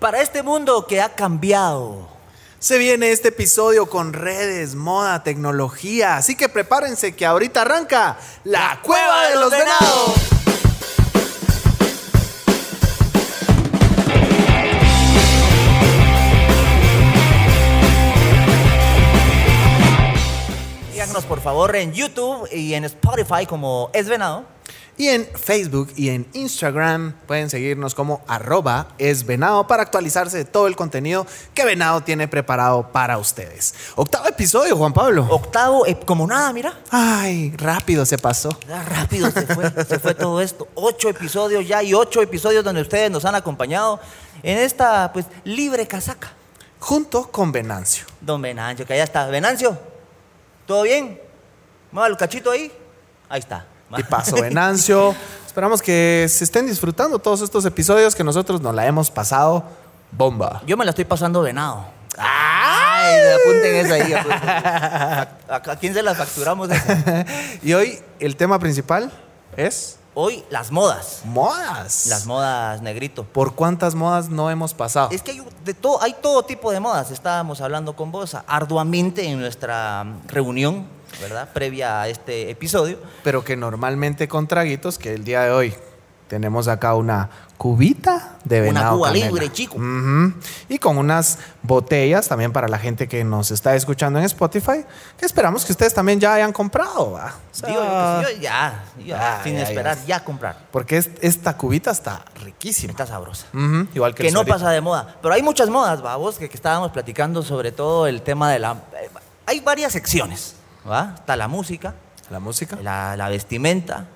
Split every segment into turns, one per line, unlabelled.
para este mundo que ha cambiado.
Se viene este episodio con redes, moda, tecnología, así que prepárense que ahorita arranca la, cueva de los venados.
Síganos por favor en YouTube y en Spotify como Es Venado.
Y en Facebook y en Instagram pueden seguirnos como arroba es Venado para actualizarse de todo el contenido que Venado tiene preparado para ustedes. Octavo episodio, Juan Pablo.
Octavo, eh, como nada, mira.
Ay, rápido se pasó.
Ah, Rápido se fue, se fue todo esto. Ocho episodios ya y ocho episodios donde ustedes nos han acompañado en esta pues libre casaca.
Junto con Venancio.
Don Venancio, que allá está. Venancio, ¿todo bien? Mueva el cachito ahí. Ahí está.
Y paso Venancio. Esperamos que se estén disfrutando todos estos episodios que nosotros nos la hemos pasado bomba.
Yo me la estoy pasando venado. ¡Ay! Apunten eso ahí. apunten. ¿A, a quién se las facturamos? eso?
Y hoy el tema principal es
Hoy, las modas.
modas.
Las modas, negrito.
¿Por cuántas modas no hemos pasado?
Es que hay, de todo, hay todo tipo de modas. Estábamos hablando con vos arduamente en nuestra mm, reunión, ¿verdad? Previa a este episodio.
Pero que normalmente con traguitos, que el día de hoy tenemos acá una cubita de
Una
venado.
Cuba
canela.
Libre, chico.
Ujú. Y con unas botellas también para la gente que nos está escuchando en Spotify, que esperamos que ustedes también ya hayan comprado. ¿va? O sea,
Digo, yo que sí, yo ya, ya,
Ah,
sin
ya, ya.
esperar, ya, comprar.
Porque es- esta cubita está riquísima.
Está sabrosa.
Ujú, Igual que,
Que
el
no
Zorrito.
pasa de moda. Pero hay muchas modas, ¿va? Vos que, que estábamos platicando sobre todo el tema de la... eh, Hay varias secciones, ¿va? Está la música,
La música.
la, la vestimenta,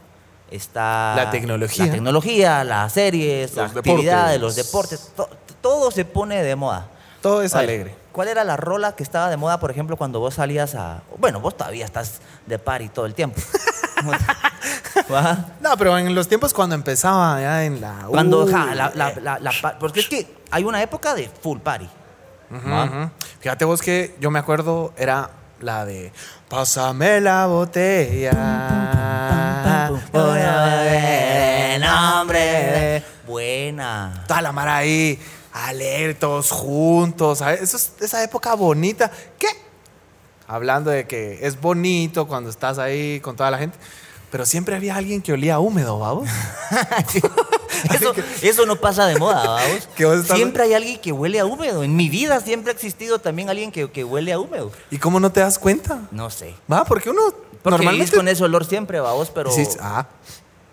está...
Ah. La tecnología.
La tecnología, las series, las
Los
actividades, los
deportes.
deportes. to- todo se pone de moda.
Todo es
A ver,
alegre.
¿Cuál era la rola que estaba de moda, por ejemplo, cuando vos salías a... Bueno, vos todavía estás de party todo el tiempo. ¿Va?
No, pero en los tiempos cuando empezaba, ya en la.
Cuando,
Uy,
ja, la- la- la- la pa- porque es que hay una época de full party.
Ujú, ujú. Fíjate vos que yo me acuerdo, era la de Pásame la botella.
Ah,
voy a beber en nombre de-".
Buena.
Toda la mara ahí, alegre, todos juntos. ¿sabes? Eso es- esa época bonita. ¿Qué? Hablando de que es bonito cuando estás ahí con toda la gente. Pero siempre había alguien que olía a húmedo, vamos.
Eso, eso no pasa de moda, vamos.
Que vos estás-
Siempre hay alguien que huele a húmedo. En mi vida siempre ha existido también alguien que, que huele a húmedo.
¿Y cómo no te das cuenta?
No sé.
Va, porque uno
Porque vivís
normalmente
con ese olor siempre, vamos, pero,
Sí, sí, ah,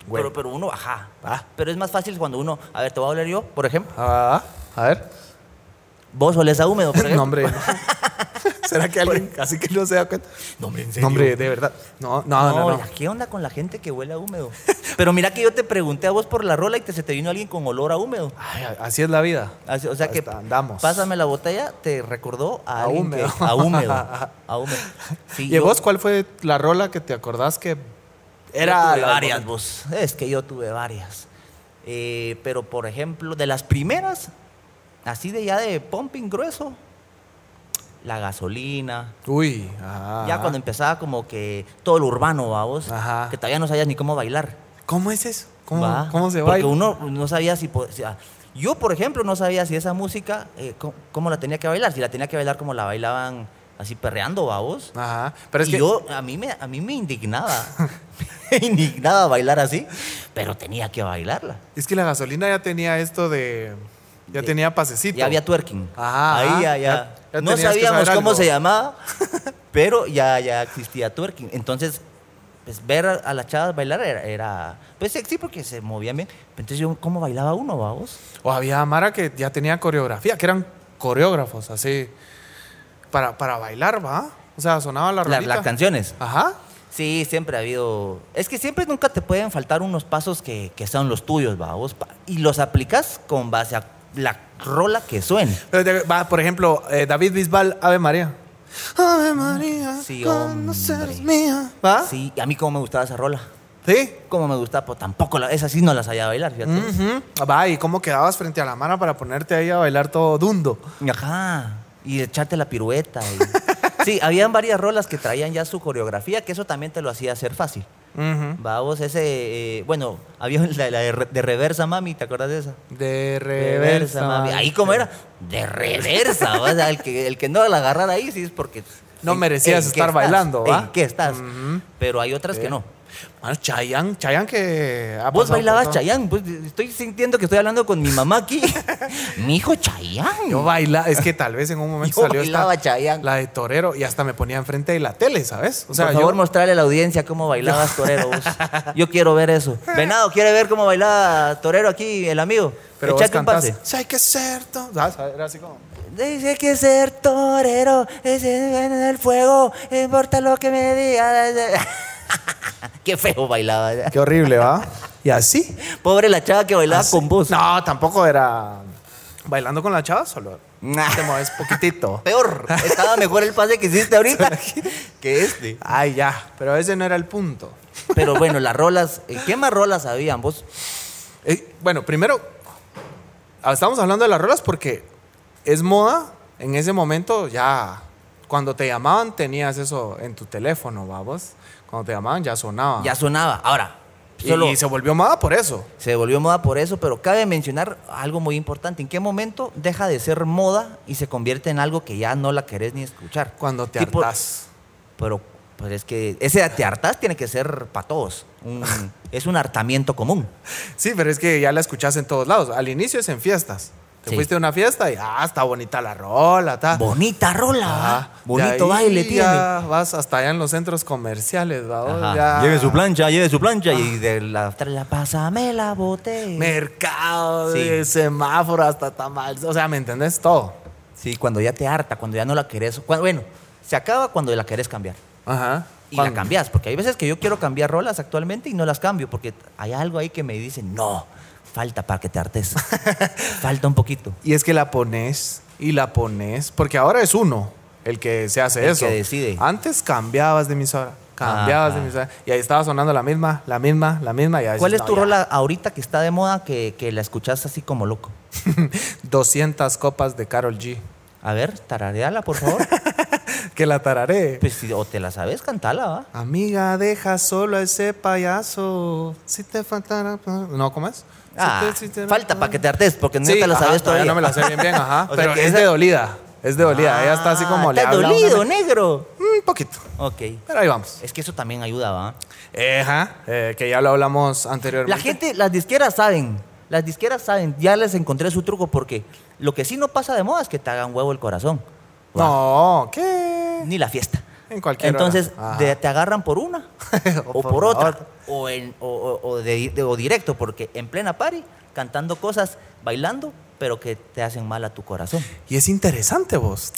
güey.
pero, pero uno, ajá.
Ah.
Pero es más fácil cuando uno, a ver, te voy a oler yo, por ejemplo.
Ah, a ver.
Vos olés a húmedo, por
No,
ejemplo.
hombre. ¿Será que alguien así que no se da cuenta?
No, hombre, en
No, hombre, de verdad. No, no, Ah, no, no.
ya, ¿Qué onda con la gente que huele a húmedo? Pero mira que yo te pregunté a vos por la rola y te, se te vino alguien con olor a húmedo.
Ay, así es la vida.
Así- O sea que
Hasta andamos.
pásame la botella, te recordó a,
A
alguien
húmedo.
que- a húmedo. A húmedo. Sí,
¿Y
yo-
vos cuál fue la rola que te acordás que
yo
era
tuve
la-
varias, vos. Es que yo tuve varias. Eh, pero por ejemplo, de las primeras, así de ya de pumping grueso, la gasolina.
Uy, ah.
Ya cuando empezaba como que todo lo urbano, ¿va vos,
Ajá.
que todavía no sabías ni cómo bailar.
¿Cómo es eso? ¿Cómo,
em- Va.
cómo se
Porque
baila?
uno no sabía si... po- si- ah, yo, por ejemplo, no sabía si esa música, eh, co- cómo, la tenía que bailar. Si la tenía que bailar como la bailaban así perreando, babos.
Ajá. Pero es
y
que
yo, a mí me, a mí me indignaba. me indignaba bailar así, pero tenía que bailarla.
es que la gasolina ya tenía esto de ya tenía pasecito.
Ya había twerking.
Ajá,
Ahí
ajá.
ya, ya.
Ah, Ya- ya
no
tenías que
sabíamos
saber
cómo
algo.
se llamaba, pero ya, ya existía twerking. Entonces, pues, ver a, a las chavas bailar era, era, pues sexy porque se movían bien. Entonces yo, ¿cómo bailaba uno, babos?
O había Mara que ya tenía coreografía, que eran coreógrafos así para, para bailar, ¿va? O sea, sonaba la
La-
rolita.
las canciones.
Ajá.
Sí, siempre ha habido. Es que siempre nunca te pueden faltar unos pasos que, que son los tuyos, babos. pa- Y los aplicas con base a la rola que suene.
Pero te- va, por ejemplo, eh, David Bisbal, Ave María. Ave María,
Sí,
cuando
hombre.
seas mía. ¿Va? Sí.
Sí, y a mí como me gustaba esa rola. Como me gustaba, pues tampoco, la, esa sí no la sabía bailar, fíjate.
Mm. Ujú. Va, ¿y cómo quedabas frente a la Mara para ponerte ahí a bailar todo dundo?
Ajá. Y echarte la pirueta. y- sí, habían varias rolas que traían ya su coreografía, que eso también te lo hacía hacer fácil.
Ujú.
Vamos, ese, eh, bueno, había la, la de, re- de reversa, mami, ¿te acuerdas de esa?
De reversa.
mami. Ahí como era, de reversa, o sea, el que, el que no la agarrara ahí sí es porque... pues,
No
¿en-
merecías
en qué
estar
estás?
bailando, ¿va?
¿En qué estás?
Ujú.
Pero hay otras que
Sí.
no.
Mano, Chayanne, Chayanne que. ha pasado
Vos
por
bailabas
todo.
Chayán, pues estoy sintiendo que estoy hablando con mi mamá aquí. mi hijo Chayán.
Yo bailaba, es que tal vez en un momento
Yo
salió esta-
bailaba Chayanne.
la de torero y hasta me ponía enfrente de la tele, ¿sabes? O sea,
Por
yo-
favor, mostrarle a la audiencia cómo bailabas torero vos. Yo quiero ver eso. Venado, ¿quiere ver cómo bailaba torero aquí el amigo?
pero vos
Echate un
cantás,
pase.
"Sí, hay que ser to-", Ah, ¿sabes? Era así como.
Dice que ser torero es en el fuego, importa lo que me diga. Qué feo bailaba.
Qué horrible, ¿va? Y así.
Pobre la chava que bailaba
así.
con vos.
No, tampoco era bailando con la chava, solo
Nah.
te mueves poquitito.
Peor. Estaba mejor el pase que hiciste ahorita que este.
Ay, ya. Pero ese no era el punto.
Pero bueno, las rolas, eh, ¿qué más rolas habían vos?
Eh, bueno, primero, ah, estamos hablando de las rolas porque es moda. En ese momento ya, cuando te llamaban, tenías eso en tu teléfono, vamos. Cuando te llamaban, ya sonaba.
Ya sonaba. Ahora,
Y-
solo
y, se volvió moda por eso.
se volvió moda por eso, pero cabe mencionar algo muy importante. ¿En qué momento deja de ser moda y se convierte en algo que ya no la querés ni escuchar?
Cuando te
Tipo,
hartás.
Pero pues es que ese te hartás tiene que ser para todos. Un- es un hartamiento común.
Sí, pero es que ya la escuchás en todos lados. Al inicio es en fiestas. Te
Sí.
fuiste a una fiesta y, ah, está bonita la rola, está.
Bonita rola, ¿va?
Ah, de
bonito
ahí
baile tiene.
Ya vas hasta allá en los centros comerciales, ¿va?
Ajá.
Ya-
Lleve su plancha, lleve su plancha. Y de la, tras Ah. la pásame la botella.
Mm. Mercado,
Sí.
de semáforo, hasta tamales. O sea, ¿me entendés? Todo.
Sí, cuando ya te harta, cuando ya no la querés. cuan- bueno, se acaba cuando la querés cambiar.
Ajá.
Y
Cuando-
la cambias, porque hay veces que yo quiero cambiar rolas actualmente y no las cambio, porque hay algo ahí que me dice, no, falta para que te hartes. falta un poquito.
Y es que la pones y la pones, porque ahora es uno el que se hace
El
eso.
que decide.
Antes cambiabas de emisora, cambiabas
Ajá.
de emisora. Y ahí estaba sonando la misma, la misma, la misma. Y a veces,
¿Cuál es
no,
tu
ya.
rola ahorita que está de moda que, que la escuchas así como loco?
200 copas de Carol G.
A ver, tarareala, por favor.
Que la tararé.
pues si o te la sabes, cantala, ¿va?
Amiga, deja solo a ese payaso. Si te faltara. No, ¿cómo es?
Ah, falta para que te hartes, porque no
Sí,
te la
ajá,
sabes
todavía
todavía.
no me la sé bien bien, ajá.
O sea
pero
que
es
esa-
de dolida. Es de dolida. Ella está así como le
Ah, Está
habla a una
dolido,
me-
negro.
Un poquito.
Ok.
Pero ahí vamos.
Es que eso también ayuda, ¿va?
Ajá. eh, que ya lo hablamos anteriormente.
La gente, las disqueras saben, las disqueras saben, ya les encontré su truco porque lo que sí no pasa de moda es que te hagan huevo el corazón,
No, ¿qué?
ni la fiesta.
En cualquier hora.
Entonces,
Ajá.
de- te agarran por una o, por,
la
otra, O, en- o- o- o de- de- o directo, porque en plena party, cantando cosas, bailando, pero que te hacen mal a tu corazón.
Y es interesante vos.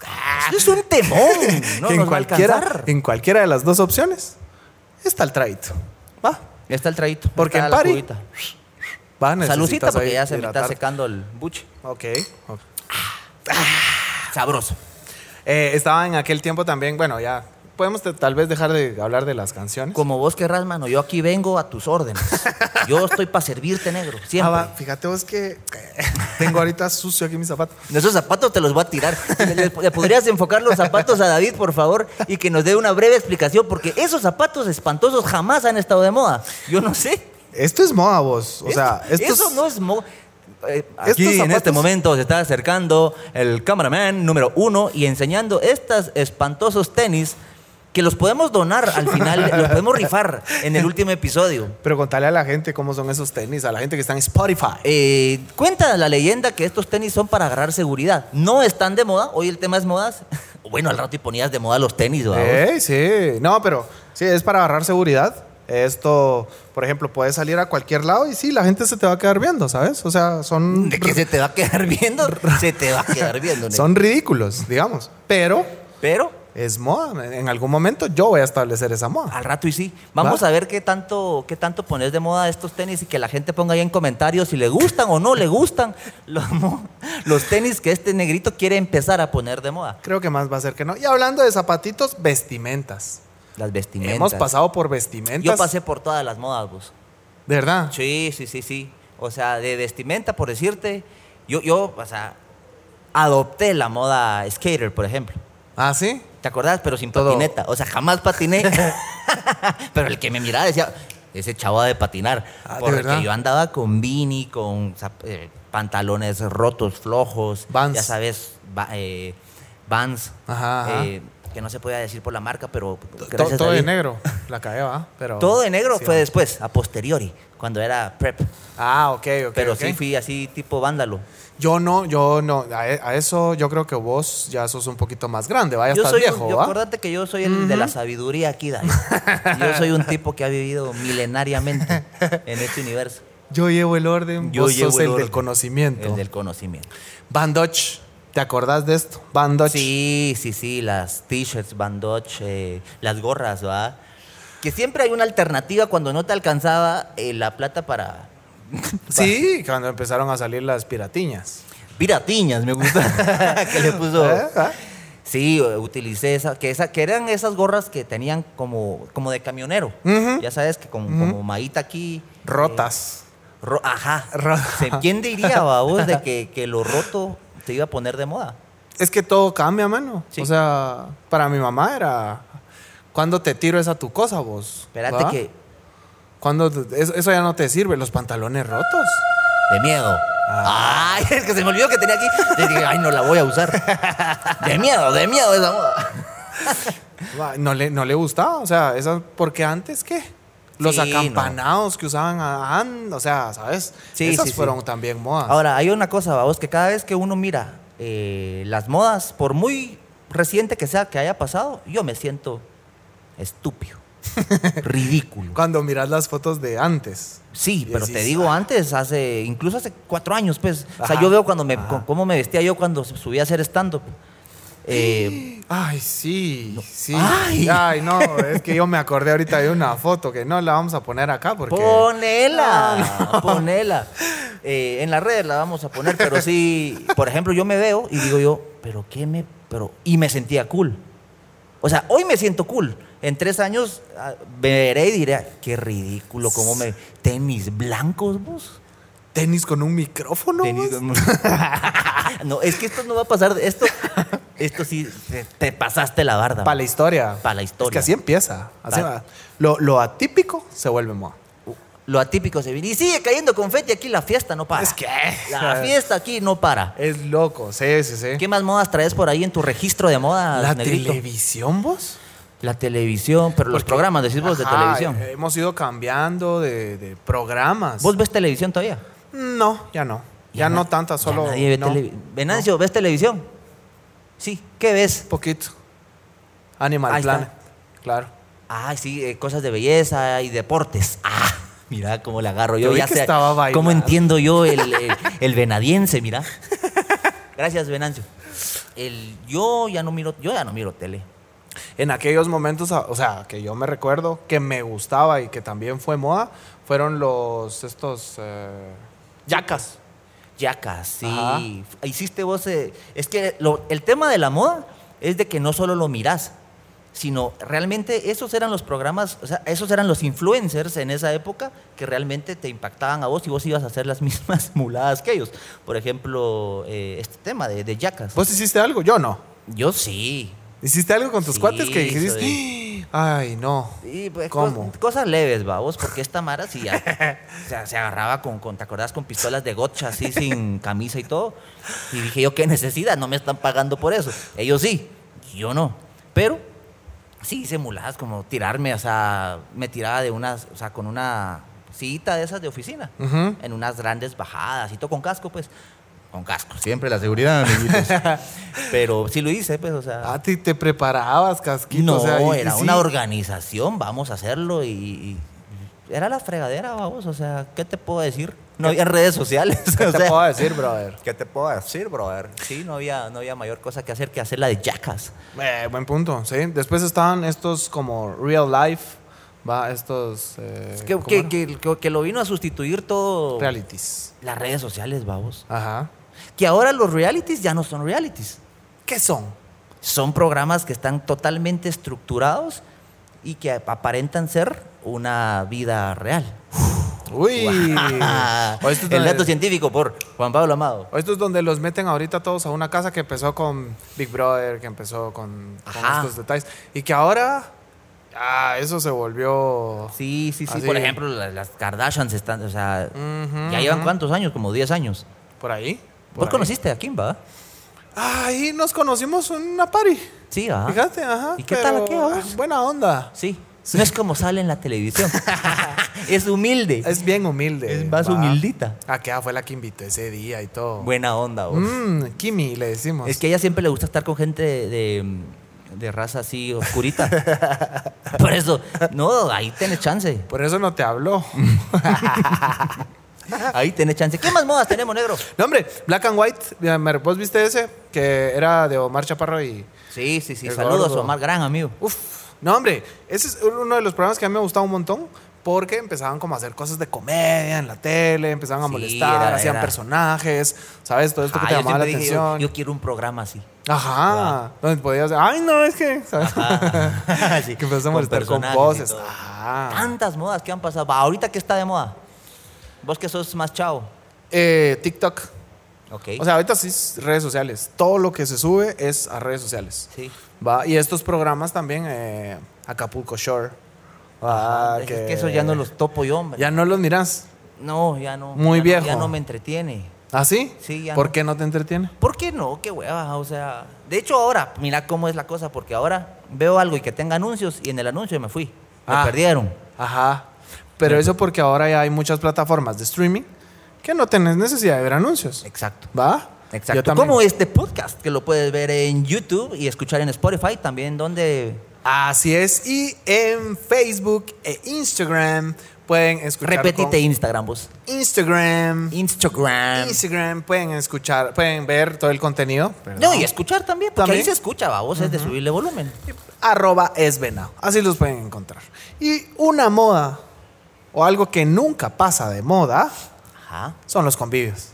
Eso es un temón, Oh, no
Ah. Que en,
nos va a
cualquiera,
alcanzar.
en cualquiera de las dos opciones está el traguito. Va.
Está el traguito.
Porque
está
en
la
party
cubita.
Va, necesitas
Saludcita porque
ahí
ya se me está
hidratar.
secando el buche.
Ok. ok.
Sabroso.
Eh, estaba en aquel tiempo también, bueno, ya. Podemos te- tal vez dejar de hablar de las canciones.
Como vos querrás, mano, yo aquí vengo a tus órdenes. Yo estoy para servirte, negro,
Ah,
siempre.
va, fíjate vos que eh, tengo ahorita sucio aquí mi zapato.
Esos zapatos te los voy a tirar. ¿Le, le- le podrías enfocar los zapatos a David, por favor, y que nos dé una breve explicación? Porque esos zapatos espantosos jamás han estado de moda. Yo no sé.
Esto es moda, vos. O sea,
Eso-
esto
eso
es-
no es moda.
Estos
aquí en
zapatos-
este momento se está acercando el cameraman número uno y enseñando estos espantosos tenis que los podemos donar al final, los podemos rifar en el último episodio.
Pero contale a la gente cómo son esos tenis, a la gente que está en Spotify.
Eh, cuenta la leyenda que estos tenis son para agarrar seguridad. No están de moda. Hoy el tema es modas. Bueno, al rato y ponías de moda los tenis, ¿va vos?
Eh, sí. No, pero sí, es para agarrar seguridad. Esto, por ejemplo, puedes salir a cualquier lado y sí, la gente se te va a quedar viendo, ¿sabes? O sea, son,
¿De qué se te va a quedar viendo? Se te va a quedar viendo. nene.
son ridículos, digamos. Pero
Pero
es moda. En algún momento yo voy a establecer esa moda.
al rato y sí. Vamos
Va.
a ver qué tanto, qué tanto pones de moda estos tenis y que la gente ponga ahí en comentarios si le gustan o no le gustan los, mo- los tenis que este negrito quiere empezar a poner de moda.
Creo que más va a ser que no. Y hablando de zapatitos, vestimentas.
Las vestimentas.
Hemos pasado por vestimentas.
Yo pasé por todas las modas, vos.
De verdad.
Sí, sí, sí, sí. O sea, de vestimenta, por decirte, yo, yo, o sea, adopté la moda skater, por ejemplo.
¿Ah, sí?
¿Te acordás? Pero sin
Todo.
patineta. O sea, jamás patiné. Pero el que me miraba decía, Ese chavo de patinar.
Ah, ¿de
porque
verdad?
yo andaba con Vini, con zap- eh, pantalones rotos, flojos.
Vans.
Ya sabes, va- eh, Vans.
Ajá, ajá.
eh, que no se podía decir por la marca, pero
To-
gracias,
todo de
David.
negro. La cagué, ¿va? Pero,
Todo de negro
sí, ah.
fue
va.
después, a posteriori, cuando era prep.
Ah, ok, ok.
Pero
ok.
sí fui así tipo vándalo.
Yo no, yo no. A, e- a eso yo creo que vos ya sos un poquito más grande. Vaya,
Yo
estás
soy un-
viejo,
yo-
¿va?
acuérdate que yo soy el de la sabiduría aquí, Dani. Yo soy un tipo que ha vivido milenariamente en este universo.
Yo llevo el orden.
Yo
vos
llevo
sos
el
el,
orden.
del conocimiento.
El del conocimiento.
Van Dutch. ¿Te acordás de esto? Van Dutch.
Sí, sí, sí, las t-shirts, bandoche, las gorras, ¿va? Que siempre hay una alternativa cuando no te alcanzaba eh, la plata para
Sí, cuando empezaron a salir las piratiñas.
piratiñas, me gusta. que le puso.
¿Eh? ¿Ah?
Sí, eh, utilicé esa que, esa, que eran esas gorras que tenían como, como de camionero.
Ujú.
Ya sabes que como, como maíta aquí. eh,
Rotas.
ro- ajá.
Ro-
Se- ¿Quién diría, va, vos, de que, que lo roto te iba a poner de moda?
Es que todo cambia, mano.
Sí.
O sea, para mi mamá era. ¿Cuándo te tiro esa tu cosa, vos?
Espérate
¿Va?
que.
¿Cuándo te- eso, eso ya no te sirve, los pantalones rotos.
De miedo.
Ah.
Ay, es que se me olvidó que tenía aquí. Te dije, ay, no la voy a usar. De miedo, de miedo esa moda.
Va, No le, no le gustaba, o sea, esa, porque antes qué? Los
Sí,
acampanados que usaban, a- an- o sea, ¿sabes?
Sí,
Esas
sí, sí.
fueron también modas.
Ahora, hay una cosa, vamos, que cada vez que uno mira eh, las modas, por muy reciente que sea que haya pasado, yo me siento estúpido, ridículo.
Cuando miras las fotos de antes.
Sí,
Y
pero
decís,
te digo
"Ah".
antes, hace incluso hace cuatro años, pues. o sea,
Ajá,
yo veo cuando me,
ajá.
cómo me vestía yo cuando subí a hacer stand-up. Eh,
Ay, sí, sí.
Ay.
Ay. no, es que yo me acordé ahorita de una foto que no la vamos a poner acá porque...
Ponela, ponela. Eh, en las redes la vamos a poner, pero sí, por ejemplo, yo me veo y digo yo, pero qué me, pero y me sentía cool. O sea, hoy me siento cool. En tres años ah, veré y diré, "Ah, qué ridículo, cómo me tenis blancos, vos.
Tenis con un micrófono.
Tenis-
vos.
no, es que esto no va a pasar. Esto, esto sí, te, te pasaste la barda.
Para la historia.
Pa' la historia.
Es que así empieza. Así
Pa-
va. Lo, lo atípico se vuelve moda.
Lo atípico se viene. Y sigue cayendo confeti aquí, la fiesta no para.
Es que-
La fiesta aquí no para.
Es loco, sí, sí, sí.
¿Qué más modas traes por ahí en tu registro de modas,
¿La
negrito?
televisión vos?
La televisión, pero los
Porque-
programas, decís vos, de
Ajá,
televisión.
eh, Hemos ido cambiando de, de programas.
¿Vos ves televisión todavía?
No, ya no. Ya,
na-
no tanta,
ya
solo.
nadie ve
no,
tele- Venancio, ¿ves televisión? Sí, ¿qué ves?
Poquito. Animal
Ahí
Planet.
está.
Claro.
Ah, sí, eh, cosas de belleza y deportes. Ah, mira cómo la agarro yo.
Yo vi
ya
que
sé
estaba bailando.
¿Cómo entiendo yo el, el- el venadiense, mira? Gracias, Venancio. El, yo ya no miro, yo ya no miro tele.
En aquellos momentos, a- o sea, que yo me recuerdo que me gustaba y que también fue moda, fueron los estos. eh, yacas.
Yacas, sí.
Ajá.
Hiciste vos. eh, es que lo- el tema de la moda es de que no solo lo mirás, sino realmente esos eran los programas, o sea, esos eran los influencers en esa época que realmente te impactaban a vos y vos ibas a hacer las mismas muladas que ellos. Por ejemplo, eh, este tema de, de Yacas.
¿Vos hiciste algo? Yo no.
Yo sí.
¿Hiciste algo con tus
Sí,
cuates que dijiste? "¡Ah!"
soy-
Ay, no.
Y, pues,
¿Cómo?
cos- cosas leves, va, vos, porque esta Mara sí ya, o sea, se agarraba con, con, ¿te acordás? Con pistolas de gotcha, así sin camisa y todo. Y dije yo, qué necesidad, no me están pagando por eso. Ellos sí, yo no. Pero sí hice muladas, como tirarme, o sea, me tiraba de unas, o sea, con una cita de esas de oficina,
Ujú.
en unas grandes bajadas y todo con casco, pues. Con casco, siempre la seguridad, amiguitos. Pero sí lo hice, pues, o sea.
A ti Ah, te preparabas, casquito.
No,
o sea, y- y
era
sí.
una organización, vamos a hacerlo y, y- era la fregadera, vamos, o sea, ¿qué te puedo decir? No había redes sociales,
¿Qué
o
te
sea,
puedo decir, brother?
¿Qué te puedo decir, brother? Sí, no había, no había mayor cosa que hacer que hacer la de jackas.
Eh, buen punto, sí. Después estaban estos como real life, va, estos eh,
Que,
¿cómo
que,
era?
que- que- que lo vino a sustituir todo
realities.
las redes sociales, vamos.
Ajá.
Que ahora los realities ya no son realities.
¿Qué son?
Son programas que están totalmente estructurados y que aparentan ser una vida real.
Uy. O estos
El dato
donde-
científico por Juan Pablo Amado.
o estos donde los meten ahorita todos a una casa que empezó con Big Brother, que empezó con, con
Ajá.
estos detalles. Y que ahora Ah, eso se volvió.
Sí, sí, sí.
Así.
Por ejemplo, la- las, Kardashians están, o sea,
Ujú,
ya llevan
ujú.
cuántos años, como 10 años.
¿Por ahí?
¿Vos
ahí.
conociste a Kimba?
Ahí nos conocimos en una party.
Sí, ajá.
Fíjate, ajá.
Ah. ¿Y qué tal
pero,
aquí, a vos?
ah, Buena onda.
Sí. No es como sale en la televisión. es humilde.
Es bien humilde.
Es más
va.
humildita.
Ah, que ah, fue la que invitó ese día y todo.
Buena onda, vos.
Mm, Kimi, le decimos.
pues. Es que a ella siempre le gusta estar con gente de, de- de raza así oscurita. Por eso, no, ahí tenés chance.
Por eso no te habló.
Ahí tenés chance. ¿Qué más modas tenemos, negro?
No, hombre, Black and White, mira, Mer, vos viste ese, que era de Omar Chaparro y...
Sí, sí, sí.
El
Saludos
gordo.
a Omar, gran amigo.
Uf, no, hombre, ese es uno de los programas que a mí me ha gustado un montón, porque empezaban como a hacer cosas de comedia en la tele, empezaban a
Sí,
molestar,
era-
hacían
era.
personajes, ¿sabes? Todo esto que
Ah,
te
yo
llamaba la
siempre dije,
atención.
yo, yo quiero un programa así.
Ajá, donde podías... Ay, no, es que... ¿sabes?
Ajá, sí,
que empezó a
con
molestar con
personajes y
voces. Ah.
todo.
Ajá.
Tantas modas que han pasado. Va, ahorita que está de moda. Vos que sos más chavo.
Eh, TikTok.
Ok.
O sea, ahorita sí es redes sociales. Todo lo que se sube es a redes sociales.
sí.
Va, y estos programas también, eh, Acapulco Shore. Va,
es que eso ya no los topo yo, hombre.
Ah, Ya no los mirás.
No, ya no.
Muy
ya no-
viejo.
ya no me entretiene.
¿Ah, sí?
Sí, ya
¿Por
no.
qué no te entretiene?
¿Por qué no? Qué hueva, o sea. De hecho, ahora, mira cómo es la cosa, porque ahora veo algo y que tenga anuncios y en el anuncio me fui. Me
Ah.
perdieron.
Ajá. Pero eso porque ahora ya hay muchas plataformas de streaming que no tenés necesidad de ver anuncios.
Exacto.
¿Va? Yo
Exacto.
también.
Como este podcast, que lo puedes ver en YouTube y escuchar en Spotify también, donde
Así es. Y en Facebook e Instagram pueden escuchar.
repetite
con
Instagram vos.
Instagram.
Instagram.
Instagram pueden escuchar, pueden ver todo el contenido.
No, y escuchar también, porque
También.
ahí se escucha, va, vos es de subirle volumen.
arroba esvenado. Así los pueden encontrar. Y una moda o algo que nunca pasa de moda
Ajá.
son los convivios.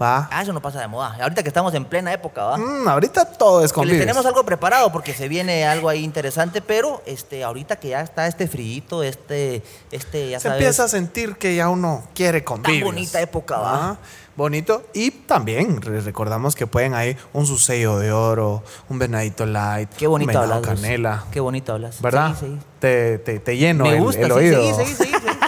¿Va?
Ah, eso no pasa de moda. Ahorita que estamos en plena época, va.
Mm, ahorita
Que
todo es
les
convivios.
tenemos algo preparado porque se viene algo ahí interesante, pero este, ahorita que ya está este frillito, este, este, ya
Se
sabes.
empieza a sentir que ya uno quiere convivios.
bonita época, ¿va?
Ah, Bonito. Y también re- recordamos que pueden ahí un su sello de oro, un venadito light,
Qué bonito
un venado
hablas. Luz.
canela.
Qué bonito hablas.
¿Verdad?
Sí, sí.
Te, te- te lleno
Me
el,
gusta,
el
sí,
oído.
sí, sí, sí, sí.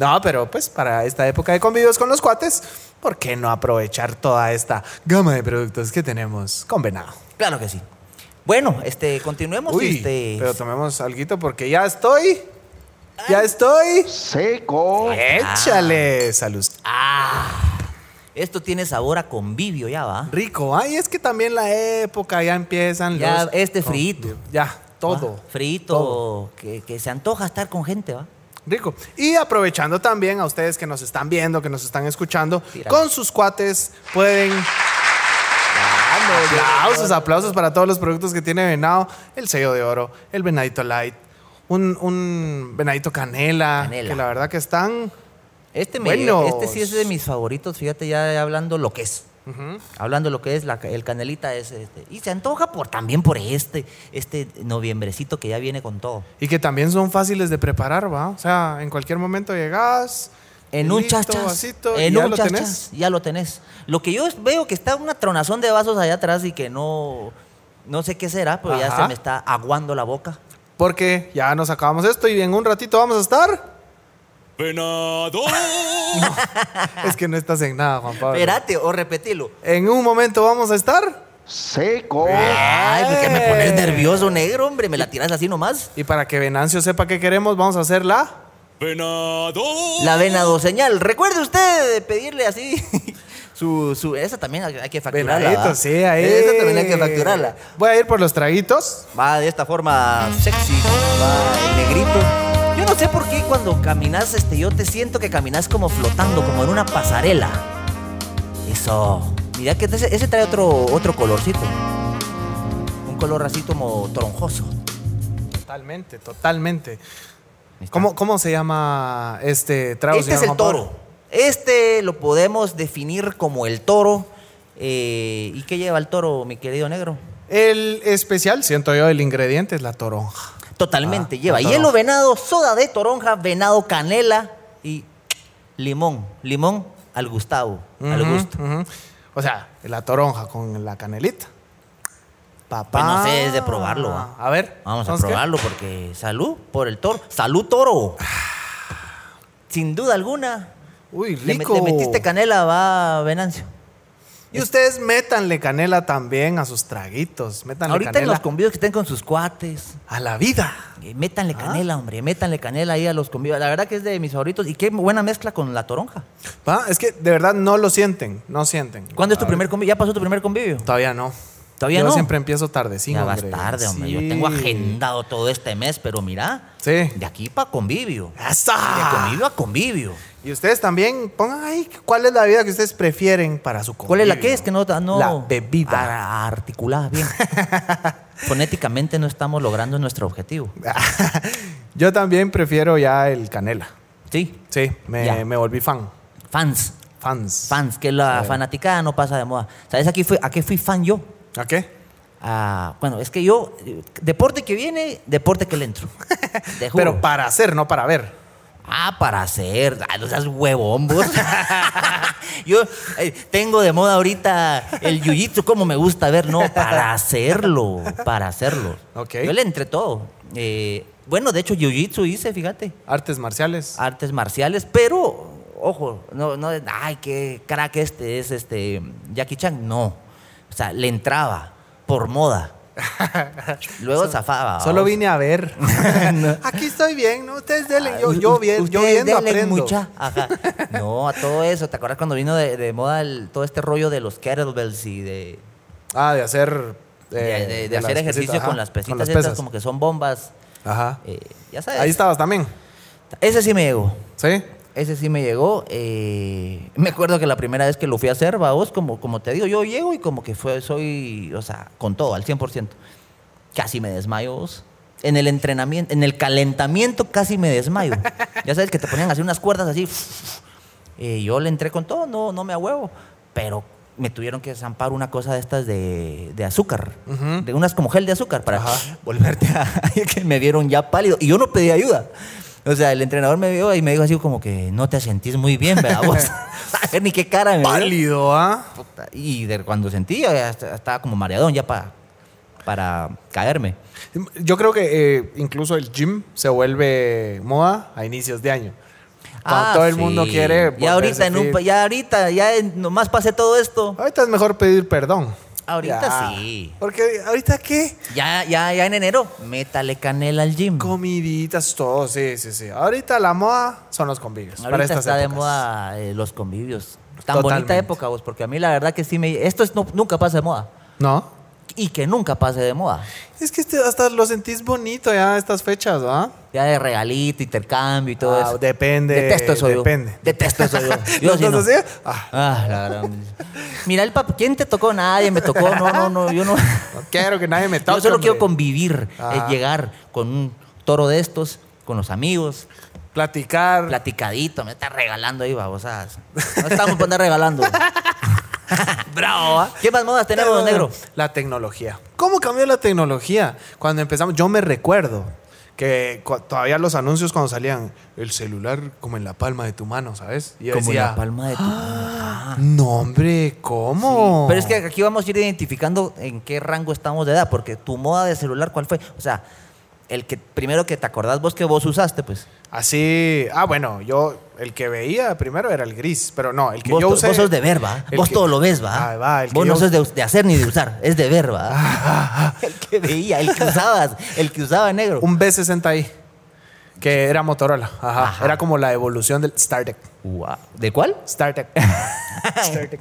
No, pero pues para esta época de convivios con los cuates, ¿por qué no aprovechar toda esta gama de productos que tenemos con Venado?
Claro que sí. Bueno, este, continuemos.
Uy,
este,
pero tomemos alguito porque ya estoy, ya estoy.
Seco.
Échale, salud.
Ah, esto tiene sabor a convivio ya, ¿va?
Rico, ay, es que también la época ya empiezan
Ya,
los-
este Ah,
con-
frito.
Ya, todo. todo.
Frito, que, que se antoja estar con gente, ¿va?
Rico. Y aprovechando también a ustedes que nos están viendo, que nos están escuchando,
Mira.
con sus cuates pueden.
Ah,
aplausos, aplausos para todos los productos que tiene Venado: el sello de oro, el Venadito Light, un, un Venadito canela,
Canela.
que la verdad que están.
Este, me-
Buenos.
este sí es de mis favoritos, fíjate, ya hablando lo que es. Hablando lo que es, la- el canelita es este. Y se antoja por, también por este, este noviembrecito que ya viene con todo.
Y que también son fáciles de preparar, ¿va? O sea, en cualquier momento llegas.
En un
listo,
chachas.
vasito,
en
y ya
un
lo
chachas,
tenés.
ya lo tenés. Lo que yo veo que está una tronazón de vasos allá atrás y que no. No sé qué será, pero ya
Ajá.
se me está aguando la boca.
Porque ya nos acabamos esto y en un ratito vamos a estar.
Venado.
es que no estás en nada, Juan Pablo.
Espérate, o repetilo.
En un momento vamos a estar.
Seco.
Ay, ¿por qué me
¡Eh!
pones nervioso, negro, hombre? ¿Me la tiras así nomás?
Y para que Venancio sepa qué queremos, vamos a hacer la.
Venado.
¡Uh!
La venado señal. Recuerde usted de pedirle así. Su, su, esa también hay que facturarla. ¿va?
Venadito, sí, ahí.
Esa también hay que facturarla.
Voy a ir por los traguitos.
Va de esta forma sexy, va el negrito. Yo no sé por qué cuando caminas, este, yo te siento que caminas como flotando, como en una pasarela. Eso. Mira que ese, ese trae otro, otro colorcito. Un color así como toronjoso.
Totalmente, totalmente.
Ahí está.
¿Cómo, cómo se llama este trago?
Este es
señor
el
Juan Pablo?
toro. Este lo podemos definir como el toro. Eh, ¿Y qué lleva el toro, mi querido negro?
El especial, siento yo, el ingrediente es la toronja.
Totalmente.
Ah,
lleva
la toronja.
hielo venado, soda de toronja, venado canela y limón. Limón al Gustavo, al
Ujú,
gusto.
ujú. O sea, la toronja con la canelita. Papá.
Pues no sé, es de probarlo. ¿ah? ¿va?
Ah, A ver.
Vamos a
¿entonces qué?
probarlo porque salud por el toro. ¡Salud, toro! Sin duda alguna.
Uy,
Le, me-
rico.
le metiste canela, va, Venancio.
Y ustedes métanle canela también a sus traguitos. Métanle
Ahorita en
canela
los convidos que estén con sus cuates.
a la vida.
eh, Métanle canela, hombre, métanle canela ahí a los convidos. La verdad que es de mis favoritos. Y qué buena mezcla con la toronja.
¿Va? Es que de verdad no lo sienten, no sienten.
¿Cuándo es tu
A
primer convivio? ¿Ya pasó tu primer convivio?
Todavía no.
¿Todavía
Yo
no?
siempre empiezo tardecito.
ya vas tarde, hombre. Yo tengo agendado todo este mes, pero mira,
Sí.
de aquí para convivio. De
¡Asa!
convivio a convivio.
Y ustedes también pongan ahí cuál es la vida que ustedes prefieren para su convivio.
¿Cuál es la que es? Que no, ah, no
La bebida.
a- articulada bien. Fonéticamente no estamos logrando nuestro objetivo.
Ah. Yo también prefiero ya el canela.
Sí.
Sí, me,
Ya.
me volví fan.
Fans.
Fans.
Fans, que la
Sí.
fanaticada no pasa de moda. ¿Sabes aquí fui, a qué fui fan yo?
¿A qué?
Ah, bueno, es que yo, eh, deporte que viene, deporte que le entro. Te juro.
Pero para hacer, no para ver.
Ah, para hacer. Ah, no seas huevón, vos. Yo eh, tengo de moda ahorita el jiu-jitsu, como me gusta ver. No, para hacerlo. Para hacerlo.
Ok.
Yo le entré todo. Eh, bueno, de hecho, jiu-jitsu hice, fíjate.
Artes marciales.
Artes marciales, pero, ojo, no, no, ay, qué crack este es este Jackie Chan. No. O sea, le entraba por moda. Luego zafaba.
Solo
vamos.
vine a ver. Aquí estoy bien, ¿no? Ustedes denle. Yo,
U-
yo,
Ah, u-
bien, yo
ustedes
viendo
denle
aprendo.
mucha. Ajá. No, a todo eso. ¿Te acuerdas cuando vino de, de moda el- todo este rollo de los kettlebells y de,
Ah, de hacer... eh,
de- de- de
las
hacer ejercicio
pesitas, ajá,
con las pesitas
Con las
estas,
pesas.
como que son bombas?
Ajá.
Eh, ya sabes.
Ahí estabas también,
Ese sí me llegó.
¿sí?
Ese sí me llegó. eh, me acuerdo que la primera vez que lo fui a hacer, va vos, como, como te digo, yo llego y como que fue, soy, o sea, con todo, al 100%. Casi me desmayo vos. En el entrenamiento, en el calentamiento casi me desmayo. ya sabes que te ponían así unas cuerdas así. Eh, yo le entré con todo, no, no me a huevo. Pero me tuvieron que zampar una cosa de estas de, de azúcar. De unas como gel de azúcar para
Ajá.
volverte a. que me vieron ya pálido. Y yo no pedí ayuda. O sea, el entrenador me vio y me dijo así como que no te sentís muy bien, ¿verdad? Vos? a ver ni qué cara me vio.
Pálido, ¿ah?
Puta, Y de cuando sentí, ya est- estaba como mareadón ya para para caerme.
Yo creo que eh, incluso el gym se vuelve moda a inicios de año. Cuando
Ah,
todo el
sí.
mundo quiere...
Ya
volverse
ahorita, en un,
fit.
pa- ya ahorita, ya en- nomás pasé todo esto.
Ahorita es mejor pedir perdón.
Ahorita
Ya.
sí.
Porque ahorita qué?
Ya, ya, ya en enero, métale canela al gym.
Comiditas, todo, sí, sí, sí. Ahorita la moda son los convivios. para
Ahorita
estas
está de
épocas.
moda eh, los convivios. Tan bonita
Totalmente.
época vos, porque a mí la verdad que sí me... Esto es, no- nunca pasa de moda.
¿No?
Y que nunca pase de moda.
Es que este- hasta lo sentís bonito ya a estas fechas, ¿ah?
Ya de regalito, intercambio y todo
Ah,
eso.
depende,
Detesto eso
depende.
yo. Detesto eso yo.
¿No
Yo sí
estás
no.
así? Ah,
Ah, la gran- Mira el papá. ¿Quién te tocó? Nadie me tocó. No, no, no. Yo no.
no quiero que nadie me
Yo
toque.
solo quiero
hombre.
convivir.
Ah.
Es llegar con un toro de estos, con los amigos,
Platicar.
platicadito. Me está regalando ahí, babosas. No estamos para andar regalando.
Bravo, ¿ah?
¿Qué más modas tenemos, negro?
La tecnología. ¿Cómo cambió la tecnología? Cuando empezamos, yo me recuerdo que cu- todavía los anuncios cuando salían, el celular como en la palma de tu mano, ¿sabes? Y yo
Como
decía, "Ah".
la palma de tu mano.
No, hombre, ¿cómo?
Pero es que aquí vamos a ir identificando en qué rango estamos de edad, porque tu moda de celular, ¿cuál fue? O sea, el que primero que te acordás vos que vos usaste, pues.
Así. Ah, bueno, yo. El que veía primero era el gris, pero no, el que
Vos,
yo
to-
usé.
vos sos de verba,
el
vos
que-
todo lo ves, va.
Ah, va, el que
vos no
yo-
sos de, us- de hacer ni de usar, es de verba. el que veía, el que usabas, el que usaba negro.
Un B60i, que era Motorola. Ajá.
Ajá.
Era como la evolución del StarTech.
Guau. ¿De cuál?
StarTech. StarTech.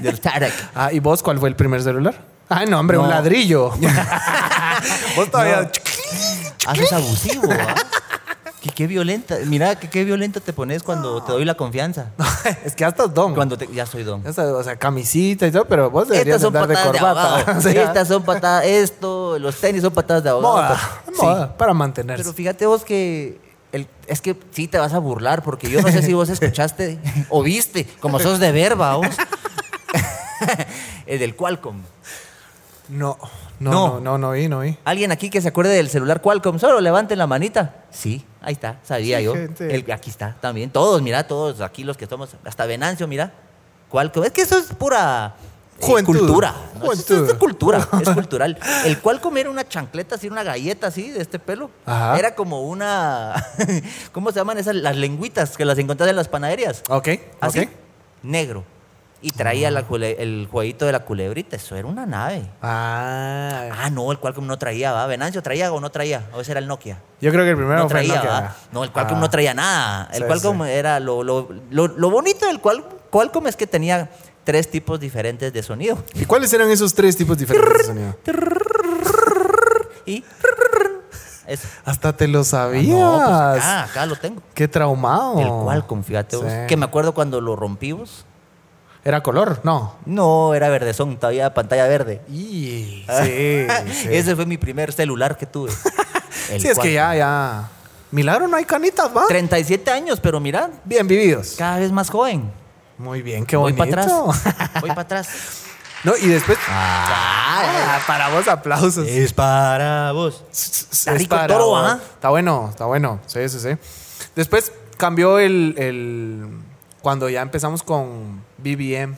Del Tarek.
Ah, ¿y vos cuál fue el primer celular? Ay, no, hombre, un
No.
ladrillo. vos todavía.
No. Haces Ah, abusivo, ¿va? Que qué violenta, mira que qué violenta te pones cuando te doy la confianza.
es que hasta don.
Cuando te- ya soy don.
Ya sabes, o sea, camisita y todo, pero vos deberías
Estas son
andar de
patadas de,
corbata.
abogado.
O sea,
Estas son patadas, esto, los tenis son patadas de abogado.
moda.
Pero-
moda,
Sí.
para mantenerse.
Pero fíjate vos que el- es que sí te vas a burlar porque yo no sé si vos escuchaste o viste, como sos de verba vos. el del Qualcomm.
no,
No.
no, no, no, no vi, no vi.
¿Alguien aquí que se acuerde del celular Qualcomm? Solo levanten la manita. Sí, ahí está, sabía
Sí,
yo.
gente.
El- aquí está también. Todos, mira, todos aquí los que somos, hasta Venancio, mira. Qualcomm. Es que eso es pura eh,
Juventud.
cultura. ¿no? Es- Es, de
Juventud.
cultura, es cultural. El cual comer una chancleta así, una galleta así de este pelo,
Ajá.
era como una. ¿Cómo se llaman esas? Las lengüitas que las encontrás en las panaderías.
Ok,
Así,
ok.
negro. Y traía la cule- el jueguito de la culebrita. Eso era una nave.
Ah.
Ah, no, el Qualcomm no traía, ¿va? ¿Venancio traía o no traía? O ese era el Nokia.
Yo creo que el primero
no
fue
traía,
Nokia,
¿va?
¿verdad?
No, el Qualcomm
Ah.
no traía nada. El
Sí,
Qualcomm
sí.
era lo, lo, lo, lo bonito del cual, Qualcomm es que tenía tres tipos diferentes de sonido.
¿Y cuáles eran esos tres tipos diferentes de sonido?
Y. Eso.
Hasta te lo
Ah,
sabías.
no, pues acá, acá lo tengo.
Qué traumado.
El Qualcomm, fíjate vos,
Sí.
Que me acuerdo cuando lo rompimos.
Era color, no.
No, era verdezón, todavía pantalla verde.
Y sí, sí.
Ese fue mi primer celular que tuve. El
Sí, es que ya, ya. Milagro, no hay canitas, ¿va?
Qualcomm. 37 años, pero mirad,
Bien vividos.
cada vez más joven.
Muy bien, qué
Voy
bonito.
para atrás. Voy para atrás.
no, y después.
Ah,
Ah, para vos, aplausos.
es para vos.
Está
rico el toro, ¿ah?
Está bueno, está bueno. Sí, sí, sí. Después cambió el. el- cuando ya empezamos con BBM.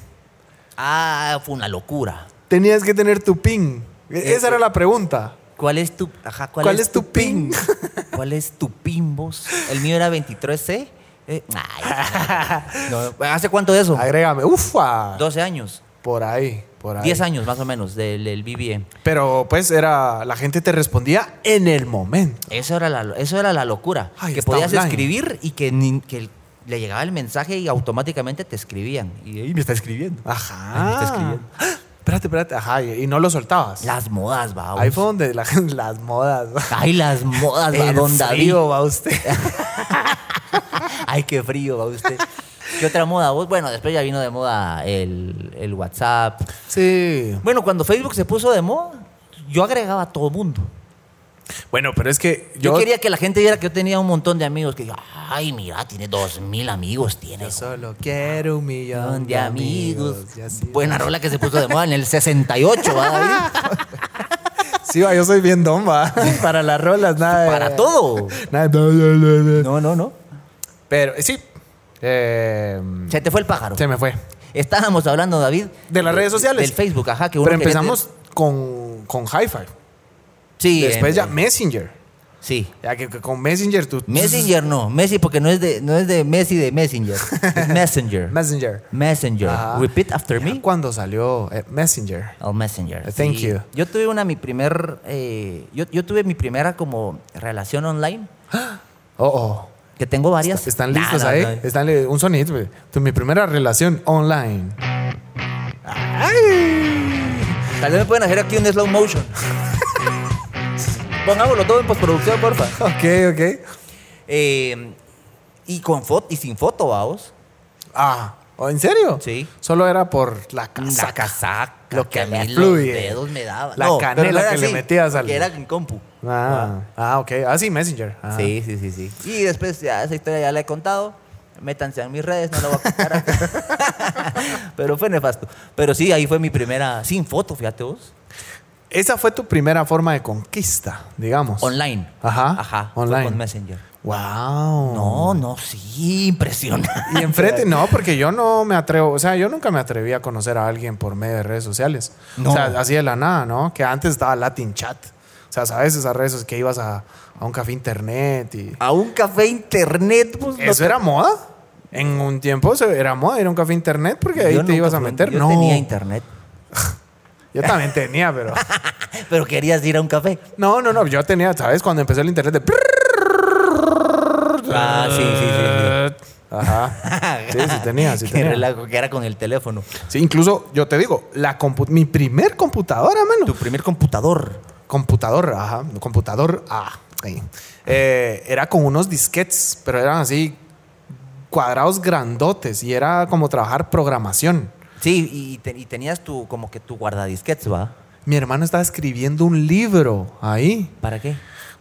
Ah, fue una locura.
Tenías que tener tu pin. E-
Eso.
Esa era la pregunta.
¿Cuál es tu, ajá, ¿cuál es tu pin? ¿Cuál es tu pin, vos? El mío era 23C. Eh, ay, no, no. ¿Hace cuánto de eso?
Agrégame. Ufa.
12 años.
Por ahí, por ahí.
10 años más o menos del, del BBM.
Pero pues era. La gente te respondía en el momento.
Eso era la, eso era la locura.
Ay,
que
está
podías
online.
escribir y que, ni- que le llegaba el mensaje y automáticamente te escribían. Y ahí me está escribiendo. Ahí me
Ajá.
está escribiendo.
Espérate, espérate. Ajá. Y, y no lo soltabas.
Las modas, va. vos.
Ahí fue donde la- las modas.
Ay, las modas, va,
El
don David.
frío va usted.
Ay, qué frío va usted. ¿Qué otra moda vos? Bueno, después ya vino de moda el, el WhatsApp.
Sí.
Bueno, cuando Facebook se puso de moda, yo agregaba a todo mundo.
Bueno, pero es que
Yo,
yo,
quería que la gente viera que yo tenía un montón de amigos que yo, ay, mira, tiene dos mil amigos, tiene
Yo
un
solo quiero
montón
un millón
de amigos.
y así.
Buena rola que se puso de moda en el 68, ¿va, David?
Sí, va, yo soy bien domba. Para las rolas, nada. de-
Para todo.
Nada, de-
No,
no.
no, no.
Pero eh, sí. Eh,
Se te fue el pájaro.
se me fue.
Estábamos hablando, David.
De las redes sociales.
Del Facebook, ajá. Que uno
Pero
quería tener-
empezamos con, con Hi-Fi.
Sí.
Después
en-
ya Messenger.
Sí.
Ya que, que con Messenger tú.
Messenger no, Messi porque no es de, no es de Messi de Messenger. Es Messenger.
Messenger.
Messenger.
Ajá.
Repeat after
Ya
me.
Cuando salió eh, Messenger.
El Messenger.
Thank you.
Yo tuve una, mi primer, eh, yo, yo tuve mi primera como relación online,
Oh, oh.
que tengo varias.
¿Están
Nah,
listos
no,
ahí?
no.
Están li- un sonidito. güey. Tu- Mi primera relación online.
Tal vez me pueden hacer aquí un slow motion. Pongámoslo todo en postproducción, porfa.
Ok, ok.
Eh, y con foto, y sin foto, vamos.
Ah, ¿o ¿en serio?
Sí.
Solo era por la casa.
La casaca.
Lo que
a
me
mí los
fluye.
dedos me daban.
La
pero
canela
era
que le metías al-
porque Era en compu.
Ah, ah, ok. Ah, sí, Messenger. Ah.
Sí, sí, sí, sí. Y después, ya, esa historia ya la he contado. Métanse a mis redes, no la voy a contar. acá. Pero fue nefasto. Pero sí, ahí fue mi primera, sin foto, fíjate vos.
Esa fue tu primera forma de conquista, digamos.
Online.
Ajá,
Ajá.
online.
Fue con Messenger.
Wow.
No, no, sí, impresionante.
Y enfrente, no, porque yo no me atrevo, o sea, yo nunca me atreví a conocer a alguien por medio de redes sociales.
No.
O sea, así de la nada, ¿no? Que antes estaba Latin Chat. O sea, sabes esas redes sociales que ibas a, a un café internet y...
A un café internet, pues. no
¿Eso
te-
era moda? En un tiempo se- era moda, era un café internet porque ahí
Yo
te
nunca
ibas a
fui-
meter.
Yo
no,
tenía internet.
yo también tenía, pero...
Pero querías ir a un café.
No, no, no, yo tenía, ¿sabes? Cuando empezó el internet de...
Ah, sí, sí, sí.
Ajá. Sí, sí tenía, sí
Qué
tenía.
relajo que era con el teléfono.
Sí, incluso yo te digo, la compu- mi primer computadora,
Tu
mano.
primer computador.
Computador, ajá. Computador, ah. sí. Eh, era con unos disquetes, pero eran así cuadrados grandotes y era como trabajar programación.
Sí, y, te- y tenías tu, como que tu guardadisquets, ¿va?
Mi hermano estaba escribiendo un libro ahí
¿Para qué?